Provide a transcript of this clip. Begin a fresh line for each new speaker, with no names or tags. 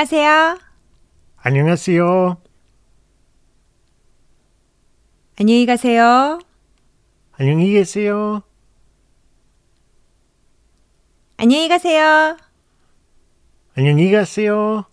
안녕하세요.
안녕하세요.
안녕히 가세요.
안녕히 계세요.
안녕히 가세요.
안녕히 가세요.